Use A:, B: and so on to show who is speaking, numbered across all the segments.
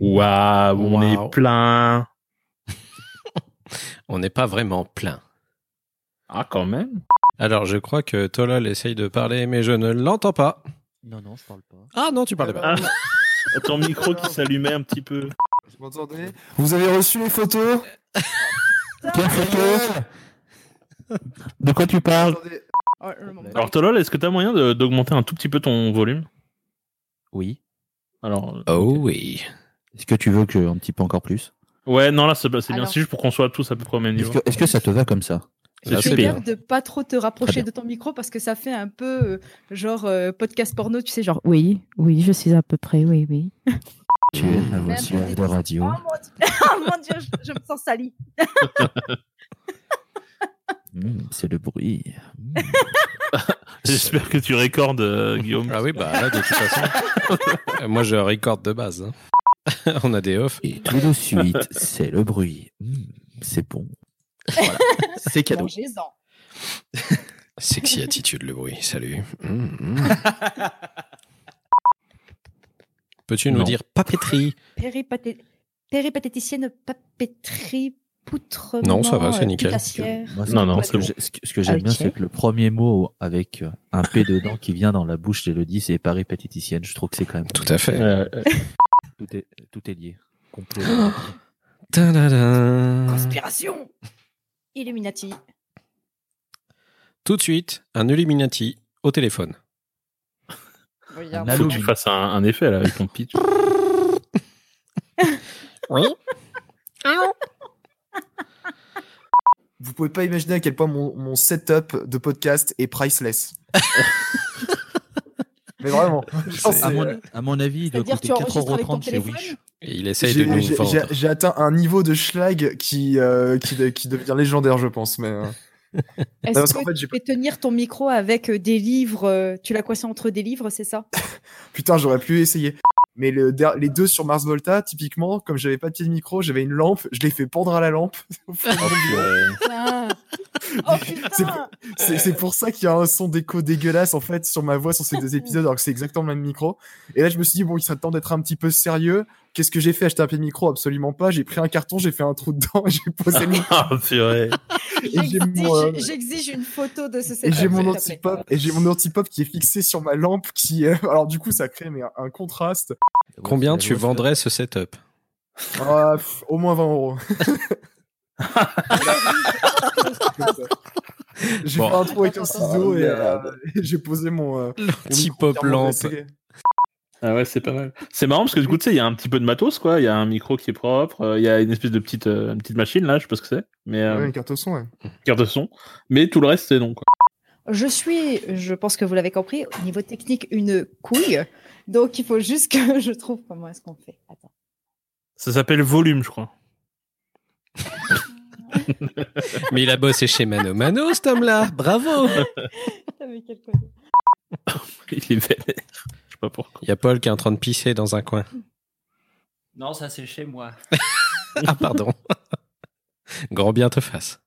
A: Waouh, on
B: Waouh.
A: est plein.
B: On n'est pas vraiment plein.
A: Ah, quand même.
B: Alors, je crois que Tolol essaye de parler, mais je ne l'entends pas.
C: Non, non, je parle pas.
B: Ah non, tu parlais pas.
A: Ah, ton micro qui s'allumait un petit peu.
D: Vous m'entendez Vous avez reçu les photos Pierre Fouquet
A: De quoi tu parles
D: Attendez.
A: Alors, Tolol, est-ce que t'as moyen de- d'augmenter un tout petit peu ton volume
C: Oui.
A: Alors,
B: Oh oui.
C: Est-ce que tu veux que un petit peu encore plus
A: ouais, non, là, c'est c'est bien.
E: Alors-
A: C'est juste pour qu'on soit tous à peu près au même
C: Est-ce
A: niveau.
C: que, est-ce que ça te va comme ça
A: C'est
B: Ah,
E: Fais
B: c'est
A: super.
E: gaffe de pas trop te
C: Très
E: rapprocher
C: bien.
E: de ton micro parce que ça fait un peu euh, genre euh, podcast porno, tu sais, genre
F: Oui, oui, je suis à peu près, oui, oui.
C: Tu es la voix
E: Merde,
C: suave de
E: j'ai-
C: radio.
E: Oh mon dieu, Oh mon Dieu, je, je me sens salie.
C: Mm, c'est le bruit. Mm.
A: J'espère que tu récordes, euh, Guillaume.
B: Ah oui, bah là, de toute façon, moi je record de base. hein. On a des offs.
C: Et tout de suite, c'est le bruit. Mm, c'est bon. Voilà. C'est cadeau.
E: Mangez-en.
B: Sexy attitude, le bruit. Salut. Mm, Peux-tu nous
A: Non.
B: dire papeterie
E: Péripaté- Péripatéticienne, papeterie, poutre.
B: Non, ça va, c'est
E: euh,
B: nickel.
E: putassière.
C: Moi, ce
A: Non,
C: que-
A: non,
C: ce
A: c'est
C: que
A: bon.
C: j'ai- Ce que, ce que j'aime bien,
E: Ok.
C: c'est que le premier mot avec euh, un P dedans qui vient dans la bouche d'Elodie, c'est Paris Pétiticienne. Je trouve que c'est quand même.
B: Tout à fait.
A: Euh, euh,
C: Tout est, tout est lié. Complot.
B: Ta-da-da.
E: Conspiration. Illuminati.
B: Tout de suite, un Illuminati au téléphone.
D: Ah,
E: Regarde.
C: Un
A: faut que
C: Allô.
A: tu fasses un, un effet là avec ton pitch.
B: Oui.
D: Vous pouvez pas imaginer à quel point mon, mon setup de podcast est priceless. Mais vraiment. Genre,
C: à,
D: Oh, c'est- euh,
C: mon, à mon avis, il doit
E: C'est-à-dire,
C: coûter
E: tu enregistres
C: 4,30€
E: avec ton
C: chez
E: téléphone
C: Wish.
B: Et il essaye de
D: J'ai
B: nous
D: j'ai-
B: vendre.
D: j'ai- j'ai atteint un niveau de schlag qui, euh, qui, de- qui devient légendaire, je pense. Mais, euh, Non, parce
E: Est-ce
D: qu'en
E: que
D: fait, j'ai-
E: tu peux tenir ton micro avec euh, des livres euh, Tu l'as coincé entre des livres, c'est ça
D: putain, j'aurais pu essayer. Mais le, der- les deux sur Mars Volta, typiquement, comme j'avais pas de pied de micro, j'avais une lampe, je l'ai fait pendre à la lampe. Au fond de mon bureau.
E: Putain. Oh putain
D: C'est c'est pour ça qu'il y a un son d'écho dégueulasse en fait sur ma voix sur ces deux épisodes alors que c'est exactement le même micro. Et là je me suis dit bon il serait temps d'être un petit peu sérieux. Qu'est-ce que j'ai fait Acheter un pied de micro Absolument pas. J'ai pris un carton, j'ai fait un trou dedans et j'ai posé le micro.
A: Ah, purée.
D: Et j'ai mon, euh,
E: J'exige- J'exige une photo de ce
D: Et
E: setup.
D: j'ai
E: s'il
D: mon
E: te plaît.
D: anti-pop et j'ai mon anti-pop qui est fixé sur ma lampe qui euh, alors du coup ça crée mais, un, un contraste.
B: Combien
C: Ouais,
B: tu
C: ouais,
B: vendrais ce setup
D: Ah, pff, au moins 20 euros. j'ai
B: Bon.
D: fait un trou avec un
E: Attends,
D: ciseau et, euh, et j'ai posé mon euh, mon
B: Petit
D: micro
B: pop lampe.
D: thermo-VC.
A: Ah ouais, c'est pas mal. C'est marrant parce que du coup, tu sais, il y a un petit peu de matos, quoi. Il y a un micro qui est propre, euh, il y a une espèce de petite, euh, une petite machine, là, je sais pas ce que c'est, mais euh,
D: Ah Ouais, une carte au son, ouais.
A: carte de son. Mais tout le reste, c'est non, quoi.
E: Je suis, je pense que vous l'avez compris, au niveau technique, une couille. Donc, il faut juste que je trouve comment est-ce qu'on fait. Attends.
A: Ça s'appelle volume, je crois.
B: Mais il a bossé chez Mano Mano, cet homme-là. Bravo.
E: Mais quel con.
A: Il est vénère. Je sais pas pourquoi.
B: Il y a Paul qui est en train de pisser dans un coin.
G: Non, ça c'est chez moi.
B: Ah, pardon. Grand bien te fasse.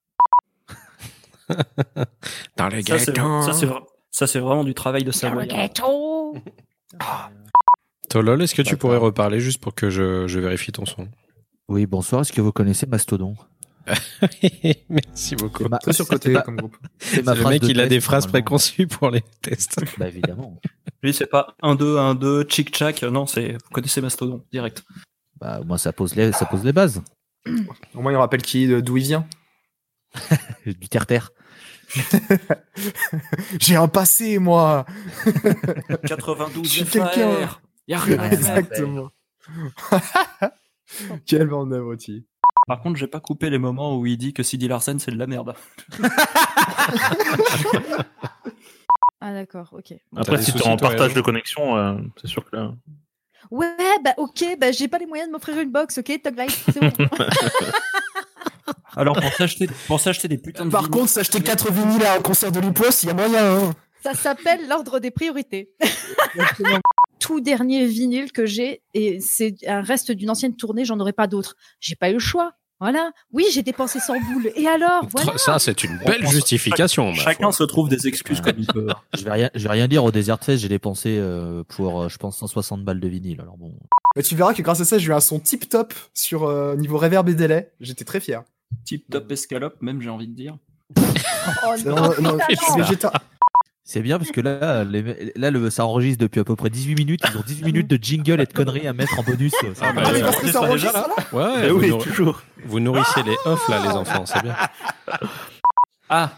B: Dans les
G: Ça, c'est-
B: ghettos.
G: ça, c'est vra- ça, c'est vraiment du travail de Savoyard.
B: Tolol, est-ce que tu
C: D'accord.
B: pourrais reparler juste pour que je, je vérifie ton son
C: Oui, bonsoir. Est-ce que vous connaissez Mastodon
B: Merci beaucoup.
C: C'est ma-
D: Très
C: Ah,
D: surcoté
C: c'est ma-
D: comme groupe.
C: c'est ma
B: Le
C: phrase
B: mec,
C: de
B: il a
C: test,
B: des phrases
C: normalement.
B: préconçues pour les tests.
C: Bah évidemment.
G: Lui, c'est pas 1, 2, 1, 2, tchic tchac. Non, c'est. Vous connaissez Mastodon, direct.
C: Bah au moins ça pose les, ça pose les bases.
D: Au moins, il rappelle qui, de- euh, d'où il vient.
C: Du terre-terre.
D: J'ai un passé, moi.
G: 92
D: Je suis quelqu'un.
G: FR. Y a rien à faire.
D: Exactement. Quel bande d'abrutis.
G: Par contre, j'ai pas coupé les moments où il dit que Sidi Larsen c'est de la merde.
E: Ah, d'accord, ok.
A: Après,
B: des
A: si tu
B: soucis,
A: en
B: toi,
A: partage
B: Hello
A: de connexion, euh, c'est sûr que là.
E: Ouais, bah, ok, bah, j'ai pas les moyens de m'offrir une box, ok, Tog Life, c'est bon.
G: Alors pour s'acheter, pour s'acheter des putains de.
D: Par
G: vinyles-
D: contre, s'acheter 4 vinyles à un concert de Lupos, il y a moyen. Hein.
E: Ça s'appelle l'ordre des priorités. Tout dernier vinyle que j'ai, et c'est un reste d'une ancienne tournée, j'en aurais pas d'autres. J'ai pas eu le choix. Voilà. Oui, j'ai dépensé 100 boules. Et alors Voilà.
B: Ça, c'est une belle justification. ma
G: Chacun
B: foi.
G: se trouve des excuses
C: Ouais.
G: comme il peut.
C: Je vais rien, je vais rien dire au Desert Fest, j'ai dépensé euh, pour, euh, je pense, 160 balles de vinyle. Alors bon.
D: Mais Bah, tu verras que grâce à ça, j'ai eu un son tip top sur euh, niveau reverb et délai. J'étais très fier.
G: Tip top escalope, même j'ai envie de dire.
E: Oh non,
D: Non, non,
E: putain,
D: mais
E: non.
D: j'étais- Ah,
C: C'est bien parce que là, les- là le, ça enregistre depuis à peu près 18 minutes. Ils ont 18 minutes de jingle et de conneries à mettre en bonus. euh, ça.
B: Ah, bah,
D: Ah, mais
B: euh,
D: parce que
G: c'est
D: ça
G: ça
D: enregistre ça,
G: déjà, là
D: là
B: Ouais,
A: Eh
B: vous,
A: oui,
B: nourri-
A: toujours.
B: vous nourrissez les offs, là, les enfants, c'est bien.
G: Ah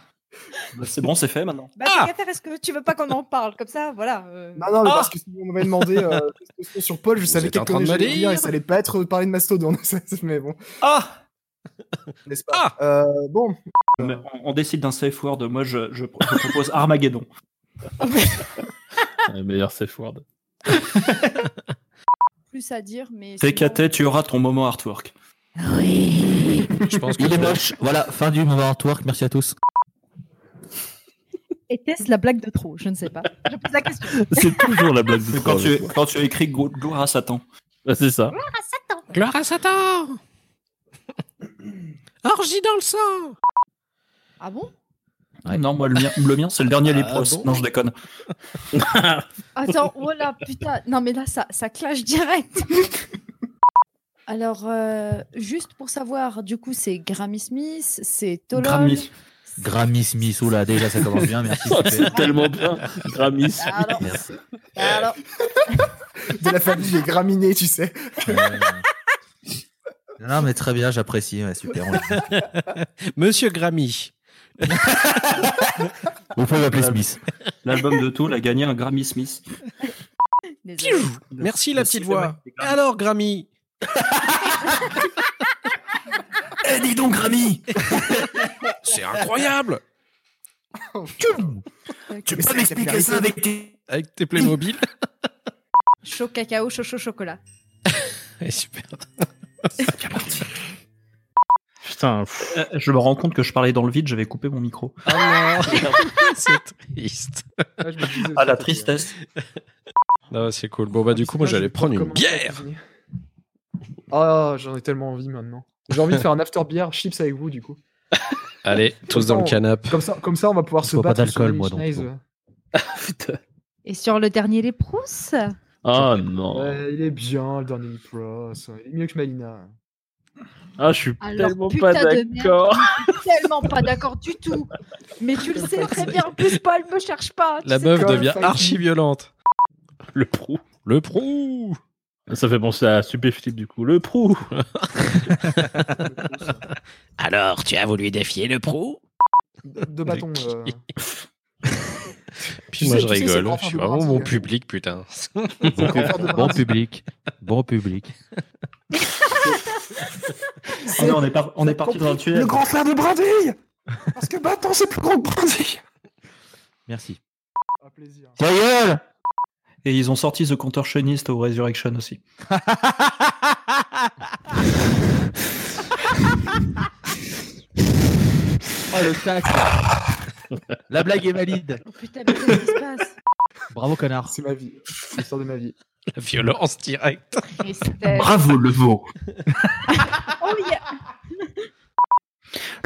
G: Bah, C'est bon, c'est fait maintenant.
E: Bah, tant qu'à faire, est-ce que tu veux pas qu'on en parle comme ça Voilà. euh,
D: Non, non, mais
G: Ah
D: parce que si on m'avait demandé euh, ce son sur Paul, je
B: Vous
D: savais
B: êtes en
D: quel
B: train de
D: connerie j'allais
B: me
D: dire et
B: dire
D: ça allait pas être euh, parler de Mastodon. mais bon,
G: Ah
D: n'est-ce pas Euh, Bon,
G: Mais on, on décide d'un safe word. Moi, je, je- je propose Armageddon.
A: Le meilleur safe word.
E: Plus à dire, mais. sinon- euh,
G: TKT, tu auras ton moment artwork.
F: Oui.
B: Je pense que
C: Il est moche. Voilà, fin du moment artwork. Merci à tous.
E: Était-ce la blague de trop Je ne sais pas. Je pose la question.
A: C'est toujours la blague de
G: C'est quand,
A: Troll,
G: tu,
A: quoi.
G: quand tu écris Glo- Gloire à Satan.
A: Ah, C'est ça.
B: Gloire à Satan Orgie dans le sang
E: Ah bon
C: Ouais.
G: Non, moi, le mien, le mien, c'est le dernier
B: Ah,
G: les pros.
B: bon
G: Non, je déconne.
E: Attends, oh là, putain. Non, mais là, ça, ça clash direct. Alors, euh, juste pour savoir, du coup, c'est Grammy Smith, c'est Tolol.
G: Grammy.
C: Grammy Smith, oula, déjà ça commence bien. Merci.
A: Oh,
C: super.
A: c'est tellement bien. Grammy.
E: Alors,
C: Merci.
E: alors,
D: de la famille des graminés, tu sais.
C: Ouais, ouais. Non, mais très bien, j'apprécie. ouais, super. on l'a dit.
B: Monsieur Grammy.
C: Vous pouvez m'appeler Smith.
G: L'album de Tool a gagné un Grammy Smith.
E: désolé.
B: Merci la petite
G: le
B: voix.
G: mec des
B: Et
G: Grammy.
B: alors, Grammy
G: Eh, dis donc, Grammy
B: C'est incroyable
D: Tu peux pas m'expliquer ça
G: avec tes.
B: Avec tes Playmobil.
E: Chaud cacao, chaud chaud chocolat.
B: Ouais, super.
A: Putain. pff.
G: Euh, je me rends compte que je parlais dans le vide, j'avais coupé mon micro.
B: Ah non C'est triste.
G: Ah, la tristesse.
B: Non, c'est cool. Bon, bah, du coup, moi, j'allais prendre une bière.
D: Ah, j'en ai tellement envie maintenant. J'ai envie de faire un after bière chips avec vous, du coup.
B: Allez, tous dans le canap.
D: Comme ça, comme ça, on va pouvoir
C: Je
D: se
C: bois pas
D: battre. sur
C: d'alcool,
D: les
C: moi, donc,
D: Schneise.
E: Et sur le dernier, les Prousses
A: Ah non.
D: Ouais, il est bien, le dernier Pros. Il est mieux que Malina.
A: Ah, je suis
E: Alors,
A: tellement
E: putain
A: pas
E: de merde.
A: d'accord.
E: Tellement pas d'accord du tout. Mais tu le sais très bien. En plus, Paul me cherche pas. tu
B: La
E: sais
B: meuf
D: quoi,
B: devient
D: ça y est.
B: archi-violente.
A: Le prou.
B: Le prou
A: Ça fait penser à Superflip du coup. Le prou.
B: Alors, tu as voulu défier le prou
D: Deux bâtons. euh.
B: Puis moi,
D: Tu
B: je
D: sais- tu sais, c'est le
B: rigole.
D: grand
B: Je suis
D: frère de
B: vraiment
D: Barbie,
B: mon
D: hein.
B: public, putain.
C: Bon,
D: faire de
C: bon
D: Barbie.
C: public. Bon public.
G: Ah non, on est, par- on est
D: Vous
G: parti
D: avez
G: dans le
D: compris
G: tunnel.
D: grand frère de Brandy Parce que Bâton, c'est plus grand que Brandy
C: Merci.
D: Un plaisir.
C: Ta gueule
G: Et ils ont sorti The Contortionist au Resurrection aussi.
C: Oh le tac La blague est valide.
E: Oh, putain, mais qu'est-ce qui se passe
C: Bravo connard.
D: C'est ma vie. C'est l'histoire de ma vie.
B: La violence directe.
E: Tristesse.
G: Bravo, le veau.
E: Oh, il y a-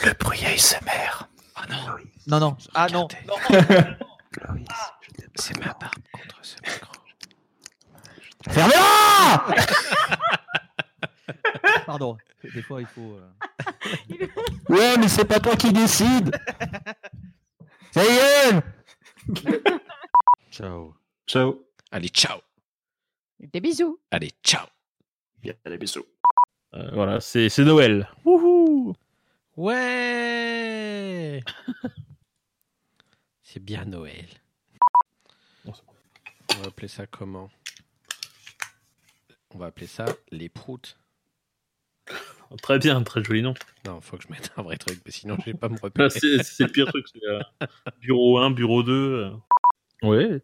G: Le bruit ASMR.
B: Ah non,
C: Non non. Ah non.
B: c'est ma barbe contre ce micro.
C: Fermez-la Pardon. Des fois il faut. euh,
H: Ouais, mais c'est pas toi qui décide. Ça y est
C: Ciao.
G: Ciao.
B: Allez, ciao.
E: Des bisous.
B: Allez, ciao.
G: Allez, bisous.
A: Euh, voilà, c'est c'est Noël. Wouhou.
B: Ouais C'est bien Noël.
A: Bon,
B: On va appeler ça comment On va appeler ça les proutes.
A: Très bien, très joli nom.
B: Non, faut que je mette un vrai truc, mais sinon je vais pas me
A: Là,
B: repérer.
A: C'est c'est le pire truc. c'est, euh, bureau 1, bureau 2. euh. Ouais.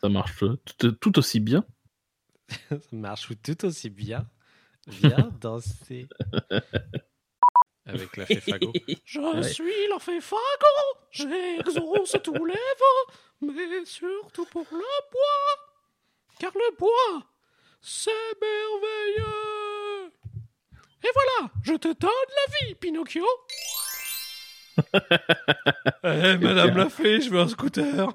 A: Ça marche euh, tout, tout aussi bien.
B: Ça marche tout aussi bien. Viens danser. Avec la fée Fagot. Je
A: Ouais.
B: suis la fée Fagot, j'exauce tous les vents, mais surtout pour le bois, car le bois, c'est merveilleux. Et voilà, Je te donne la vie, Pinocchio Eh, Madame la fée, je veux un scooter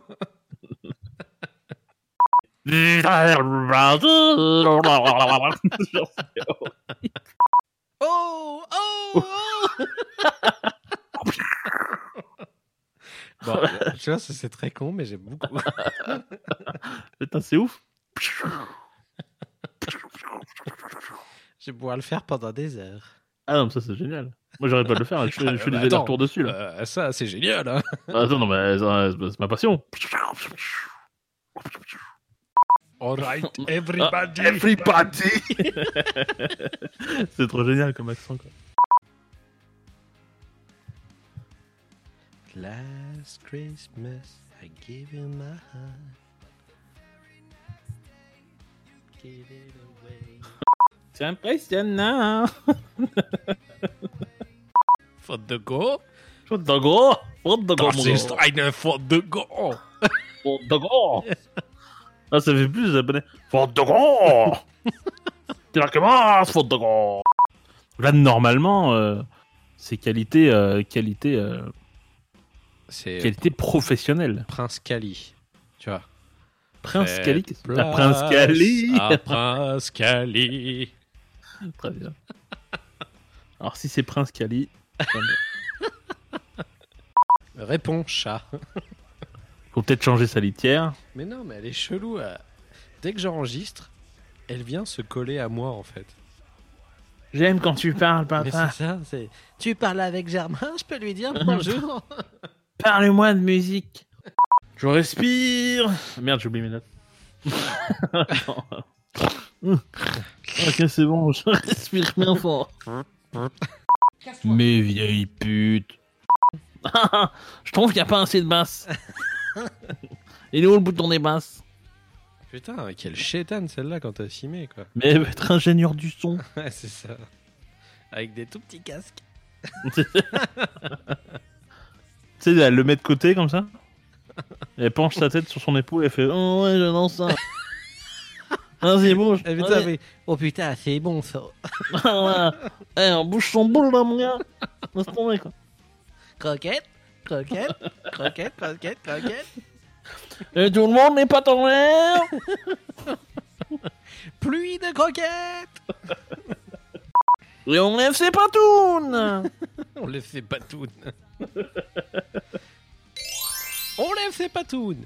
B: Oh Oh Oh Bon, tu vois, ça, c'est très con, mais j'aime beaucoup.
A: Putain, c'est ouf.
B: Je vais pouvoir le faire pendant des heures.
A: Ah non, mais ça c'est génial. Moi j'aurais pas de le faire, je, je fais des
B: Attends.
A: allers-retours dessus là. Ah,
B: Euh, ça, c'est génial. Hein
A: Attends, non, mais ça, c'est ma passion.
B: All right, everybody.
A: C'est trop génial comme accent quoi.
B: Last Christmas, I gave you my heart. Give it away.
A: C'est impressionnant.
B: Faute de Ah, go.
A: Faute de gros. Faute de gros,
B: Das
A: mon
B: ist
A: gars.
B: eine faute de go.
A: Faute de gros. Ah, ça fait plus les abonnés. Faute de gros. Tu la commences, faute de gros. Là, normalement, euh, c'est qualité, euh, qualité, euh,
B: C'est euh,
A: qualité professionnelle.
B: Prince Kali. Tu vois.
A: Prince
B: Faites
A: Cali. La
B: place
A: Prince Ah, Cali.
B: à Ah, Prince Kali.
A: Très bien. Alors, si c'est Prince Cali,
B: Réponds chat.
A: faut peut-être changer sa litière.
B: Mais non, mais elle est chelou. elle. Dès que j'enregistre, elle vient se coller à moi en fait.
A: J'aime quand tu parles,
B: Mais c'est ça, c'est. Tu parles avec Germain, je peux lui dire bonjour.
A: Parle-moi de musique. Je respire. Ah, Merde, j'ai oublié mes notes. ok, c'est bon, je respire bien fort. Mes vieilles putes. je trouve qu'il n'y a pas assez de basse. Il est où le bouton des basses
B: Putain, mais quelle chétane celle-là quand t'as filmé quoi.
A: Mais elle va être ingénieur du son.
B: Ouais, c'est ça. Avec des tout petits casques.
A: Tu sais, elle le met de côté comme ça. Elle penche sa tête sur son épaule et elle fait Oh ouais, je danse ça. Ah, c'est beau. je- Ah, ouais.
B: Oh putain, c'est bon ça.
A: Ah, ouais. Eh, on bouge son boule là, mon gars. Laisse tomber quoi.
B: Croquette, croquette, croquette, croquette, croquette.
A: Et Euh, tout le monde n'est pas en l'air.
B: Pluie de croquettes
A: Et on lève ses patounes.
B: On les fait patounes. On les fait patounes.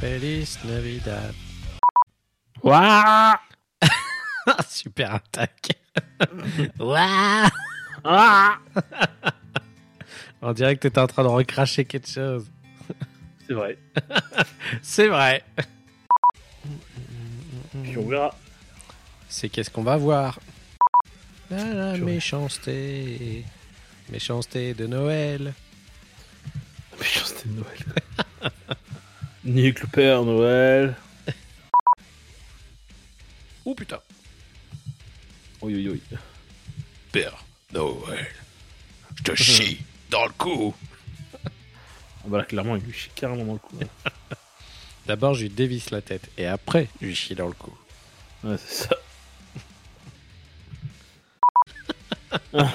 B: Feliz Navidad.
A: Ouah.
B: Ah, super attaque. Ouah
A: Ah.
B: On dirait que t'étais en train de recracher quelque chose.
A: C'est vrai.
B: C'est vrai.
A: Puis on verra.
B: C'est qu'est-ce qu'on va voir La, la méchanceté. Méchanceté de Noël.
A: Mais c'était Noël. Nique le Père Noël.
B: Oh putain.
A: Oui, oui, oui.
B: Père Noël. Je te chie dans le cou.
A: Ah bah là, clairement, il lui chie carrément dans le cou. hein. là.
B: D'abord, je lui dévisse la tête et après, je lui chie dans le cou.
A: Ouais, c'est ça.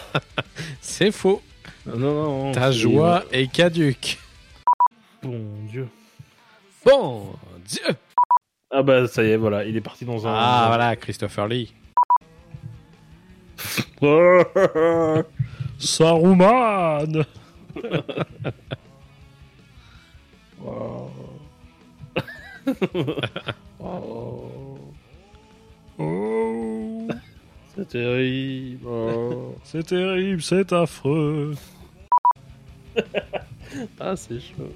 B: C'est faux.
A: Non, non, non.
B: Ta
A: c'est-
B: joie est caduque.
A: Bon Dieu.
B: Bon Dieu
A: Ah bah ça y est, voilà, il est parti dans un.
B: Ah voilà, Christopher Lee.
A: voilà.
B: Saruman
A: Oh. C'est terrible. oh.
B: C'est terrible, c'est affreux.
A: Ah c'est chaud.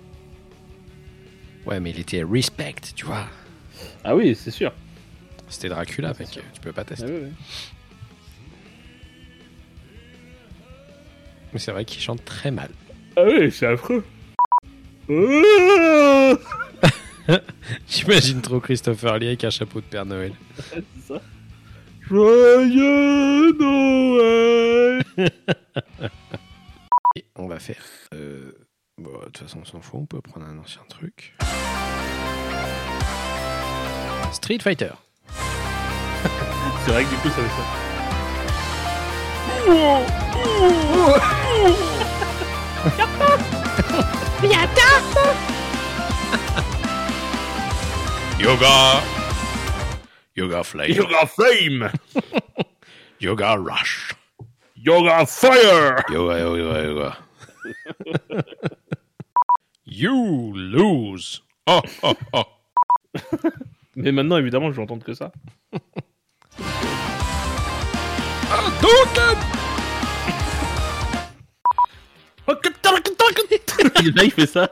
B: Ouais, mais il était respect, tu vois.
A: Ah oui, c'est sûr.
B: C'était Dracula, avec, euh, tu peux pas
A: Ah
B: tester. Mais c'est vrai qu'il chante très mal.
A: Ah oui, c'est affreux.
B: J'imagine trop Christopher Lee avec un chapeau de Père Noël.
A: Joyeux Noël
B: Et on va faire. euh, bon, De toute façon, on s'en fout, on peut prendre un ancien truc. Street Fighter.
A: C'est vrai que du coup, ça fait
B: Yoga. Yoga Flame.
A: ça. Yoga Flame
B: Yoga Rush.
A: Yoga Fire
B: Yoga, yoga, yoga. you lose. Oh, oh, oh.
A: Mais maintenant, évidemment, je vais entendre que ça. Et là, il fait ça.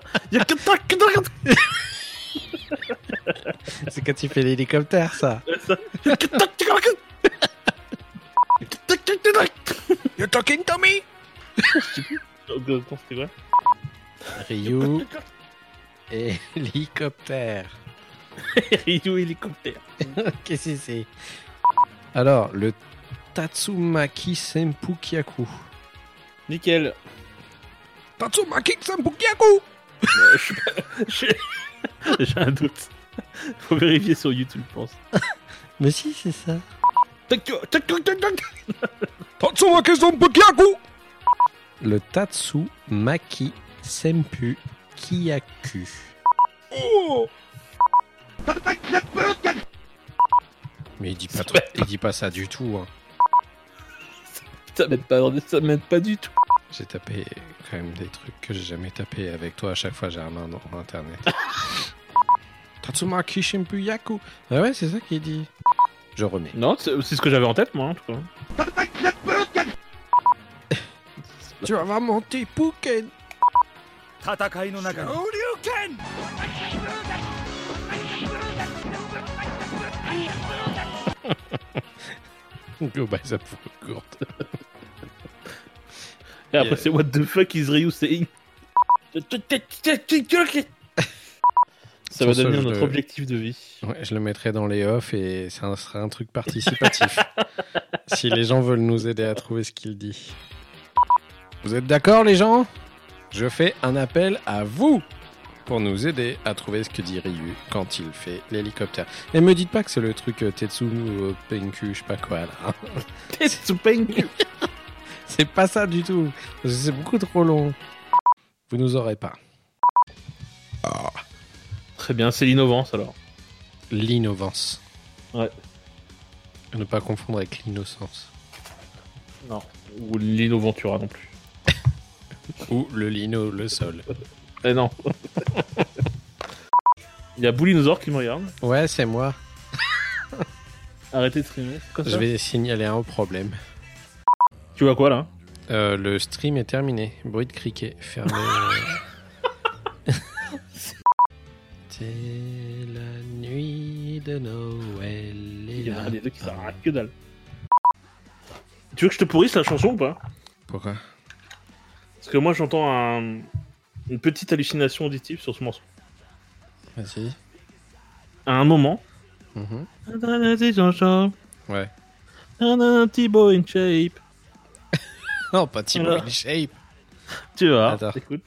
B: C'est quand il fait l'hélicoptère, ça. You're talking to me?
A: euh, Attends, c'était quoi
B: Ryu. Hélicoptère.
A: Ryu hélicoptère.
B: Qu'est-ce que c'est? Alors, le Tatsumaki Senpukyaku.
A: Nickel.
B: Tatsumaki Senpukyaku!
A: J'ai j'ai un doute. Faut vérifier sur YouTube, je pense.
B: Mais si, c'est ça. Le Tatsumaki Senpu Kiyaku. Mais il dit pas, trop- il dit pas ça du tout. hein.
A: Ça m'aide pas, ça m'aide pas du tout.
B: J'ai tapé quand même des trucs que j'ai jamais tapé avec toi à chaque fois, Germain, dans internet. Tatsumaki Senpu Yaku. Ah ouais, c'est ça qu'il dit. Je remets.
A: Non, c'est c'est ce que j'avais en tête, moi, en tout cas.
B: Tu vas voir mon Pouken. Ah, Go by the court.
A: Et après, c'est what the fuck is Ryu saying Ça va
B: Sur ce,
A: devenir
B: je
A: notre
B: le-
A: objectif de vie.
B: Ouais, je le mettrai dans les off et ça sera un truc participatif. si les gens veulent nous aider à trouver ce qu'il dit. Vous êtes d'accord les gens Je fais un appel à vous pour nous aider à trouver ce que dit Ryu quand il fait l'hélicoptère. Et me dites pas que c'est le truc euh, Tetsumu euh, Penku, je sais pas quoi là. hein. C'est pas ça du tout. C'est beaucoup trop long. Vous nous aurez pas.
A: Très bien, c'est l'innovance alors.
B: L'innovance.
A: Ouais.
B: À Ne pas confondre avec l'innocence.
A: Non. Ou l'innoventura non plus.
B: Ou le lino, le sol.
A: Eh non. Il y a Boulinosaur qui me regarde.
B: Ouais, Ah, c'est moi.
A: Arrêtez de streamer. c'est quoi ça
B: Je vais signaler un problème.
A: Tu vois quoi là
B: Euh, le stream est terminé. Bruit de criquet. Fermé. C'est la nuit de Noël. et
A: Il y en a
B: la
A: un des deux qui
B: fin.
A: sert à que dalle. Tu veux que je te pourrisse la chanson ou pas
B: Pourquoi
A: Parce que moi j'entends un- une petite hallucination auditive sur ce morceau.
B: Vas-y.
A: À un moment.
B: Mhm.
A: Ouais.
B: Mm-hmm. Ouais.
A: Un petit boy in shape.
B: Non, pas Timo
A: Alors.
B: in shape.
A: Tu vois,
B: Attends.
A: écoute.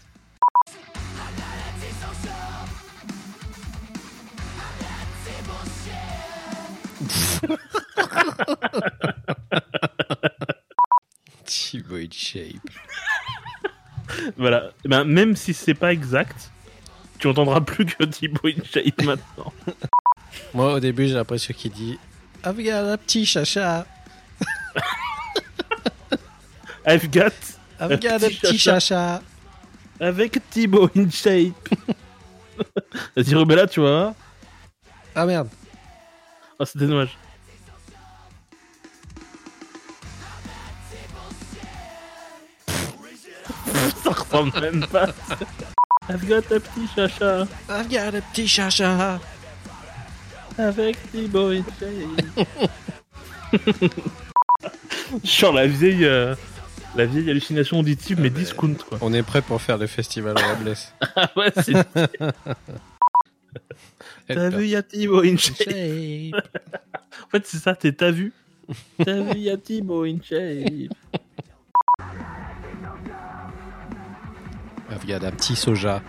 B: Timo in shape.
A: Voilà. Eh Ben, même si c'est pas exact, tu entendras plus que Thibaut in shape maintenant.
B: Moi, au début, j'ai l'impression qu'il dit Ah, regarde, un petit chacha.
A: I've got
B: Ah, regarde, un
A: petit
B: petit chacha.
A: avec Thibaut in shape. Vas-y, Rubella, tu vois. hein.
B: Ah, merde.
A: Ah, c'était dommage. Ça ressemble même pas. I've got a petit chacha.
B: Ah, regarde, un petit chacha.
A: Avec Boy Genre la vieille, euh, la vieille hallucination auditive, mais discount quoi.
B: On est prêt pour faire le festival à la blesse.
A: Ah ouais, c'est. T'as vu Yatimo in shape En fait, c'est ça, t'es t'as vu T'as vu Yatimo in shape
B: Ah, Regarde, un petit soja.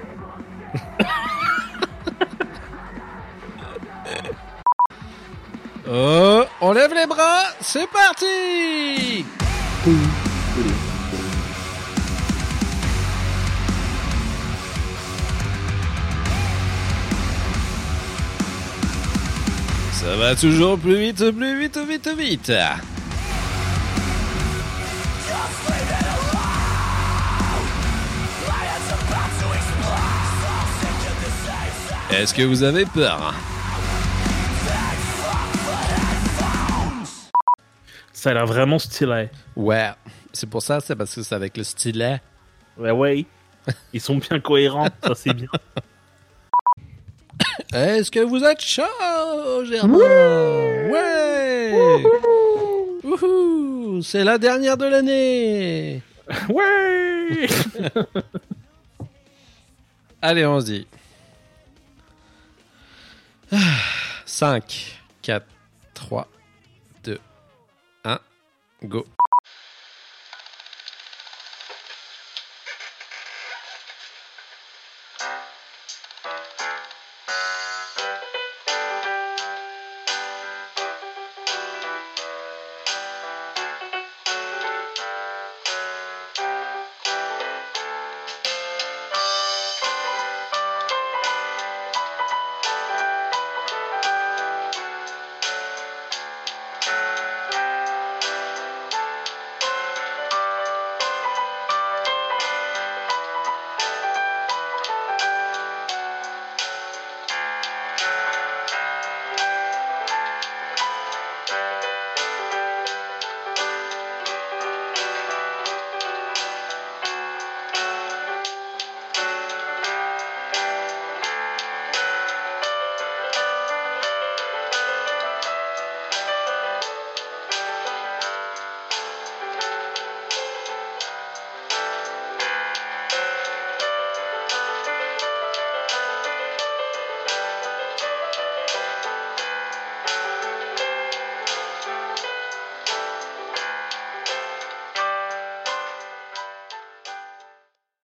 B: Euh, on lève les bras, c'est parti Ça va toujours plus vite, plus vite, vite, vite Est-ce que vous avez peur
A: Ça a l'air vraiment stylé.
B: Ouais, c'est pour ça, c'est parce que c'est avec le stylet.
A: Ouais, Ben ouais. Ils sont bien cohérents, ça c'est bien.
B: Est-ce que vous êtes chaud, Germain Ouais Wouhou C'est la dernière de l'année
A: Ouais
B: Allez, on se dit. Ah, 5, 4, 3, 2, 1, go